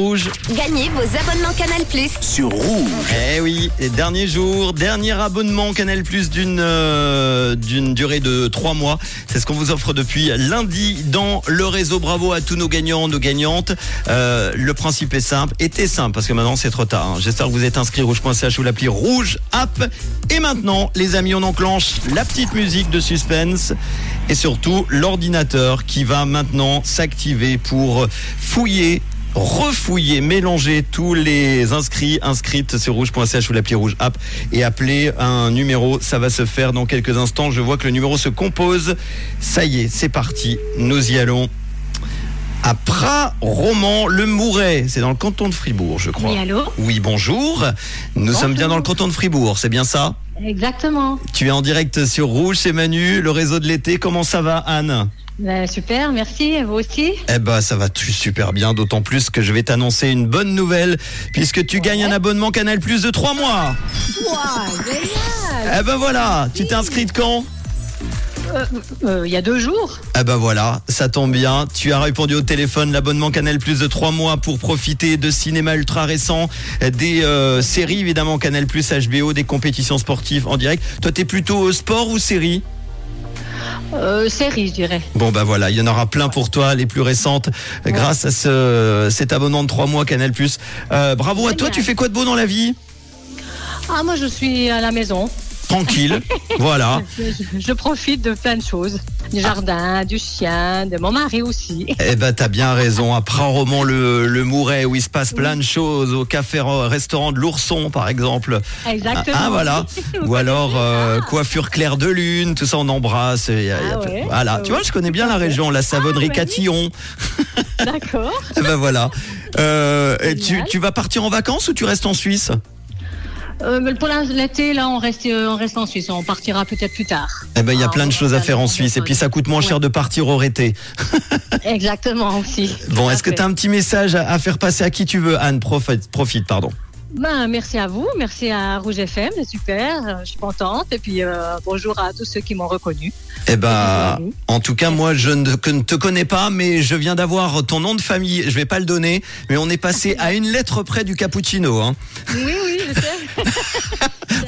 Rouge. Gagnez vos abonnements Canal Plus. sur Rouge. Eh oui, les derniers jours, dernier abonnement Canal Plus d'une euh, d'une durée de trois mois. C'est ce qu'on vous offre depuis lundi dans le réseau. Bravo à tous nos gagnants, nos gagnantes. Euh, le principe est simple, était simple parce que maintenant c'est trop tard. hein. J'espère que vous êtes inscrits rouge.ch ou l'appli Rouge App. Et maintenant, les amis, on enclenche la petite musique de suspense et surtout l'ordinateur qui va maintenant s'activer pour fouiller refouiller, mélanger tous les inscrits, inscrites sur rouge.ch ou l'appli rouge app et appeler un numéro. Ça va se faire dans quelques instants. Je vois que le numéro se compose. Ça y est, c'est parti. Nous y allons. À Pras-Roman, le Mouret. C'est dans le canton de Fribourg, je crois. Oui, allô Oui, bonjour. Nous sommes bien dans le canton de Fribourg, c'est bien ça Exactement. Tu es en direct sur Rouge, c'est Manu, le réseau de l'été. Comment ça va, Anne Ben, super, merci. Vous aussi Eh ben, ça va tu- super bien, d'autant plus que je vais t'annoncer une bonne nouvelle, puisque tu gagnes un abonnement Canal Plus de 3 mois. Eh ben voilà, tu t'es inscrite quand Euh, euh, Il y a deux jours Eh ben voilà, ça tombe bien. Tu as répondu au téléphone l'abonnement Canal Plus de 3 mois pour profiter de cinéma ultra récent, des euh, séries évidemment Canal Plus, HBO, des compétitions sportives en direct. Toi, t'es plutôt euh, sport ou série euh, Série, je dirais. Bon bah voilà, il y en aura plein pour toi, les plus récentes, grâce à ce, cet abonnement de 3 mois Canal+. Euh, bravo à toi, Génial. tu fais quoi de beau dans la vie Ah, moi, je suis à la maison. Tranquille, voilà. Je, je profite de plein de choses. Ah. Du jardin, du chien, de mon mari aussi. Eh ben t'as bien raison, après un roman le, le Mouret où il se passe plein de choses, au café euh, restaurant de l'ourson par exemple. Ah, Exactement. ah, voilà. Ou alors euh, coiffure claire de lune, tout ça on embrasse. il y a- il y a Ah plein- ouais, voilà, ah tu ouais. vois, je connais bien la région, la savonnerie bah oui. Catillon. D'accord. Eh ben voilà. Euh, et tu, Génial. tu vas partir en vacances ou tu restes en Suisse Euh, mais pour la- l'été, là, on reste, euh, on reste en Suisse. On partira peut-être plus tard. Eh ben, il y a Ah, plein de on choses à verra faire en bien, Suisse. Et bien puis, ça coûte moins cher Ouais. de partir au été. Exactement aussi. Bon, est-ce que Parfait. tu as un petit message à, à faire passer à qui tu veux, Anne Profite, profite pardon. Ben, merci à vous, merci à Rouge FM, c'est super, euh, je suis contente. Et puis euh, bonjour à tous ceux qui m'ont reconnu. Eh ben, Merci. en tout cas, moi, je ne, que ne te connais pas, mais je viens d'avoir ton nom de famille. Je vais pas le donner, mais on est passé à une lettre près du cappuccino. hein. Oui, oui, je sais.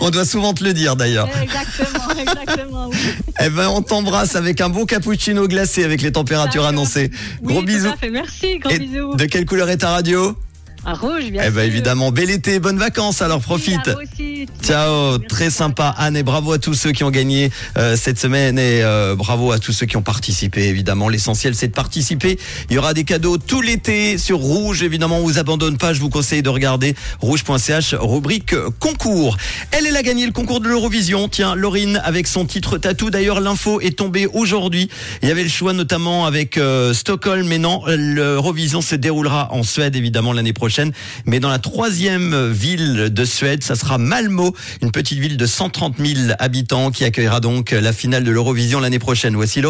On doit souvent te le dire, d'ailleurs. exactement, exactement. oui. Eh ben, on t'embrasse avec un bon cappuccino glacé avec les températures D'accord. annoncées. Bah, Oui, Gros tout bisous. à fait, merci, gros Et bisous. de quelle couleur est ta radio À Rouge, bien Eh ben, sûr. évidemment, bel été, bonnes vacances, alors Oui, à profite. vous aussi. Ciao, Merci. très sympa Anne et bravo à tous ceux qui ont gagné euh, cette semaine et euh, bravo à tous ceux qui ont participé évidemment. L'essentiel c'est de participer. Il y aura des cadeaux tout l'été sur Rouge évidemment. On vous abandonne pas, je vous conseille de regarder rouge.ch rubrique euh, concours. Elle elle a gagné le concours de l'Eurovision. Tiens, Laurine avec son titre tatou. D'ailleurs l'info est tombée aujourd'hui. Il y avait le choix notamment avec euh, Stockholm mais non, l'Eurovision se déroulera en Suède évidemment l'année prochaine mais dans la troisième ville de Suède, ça sera Malmo, une petite ville de 130 000 habitants qui accueillera donc la finale de l'Eurovision l'année prochaine. Voici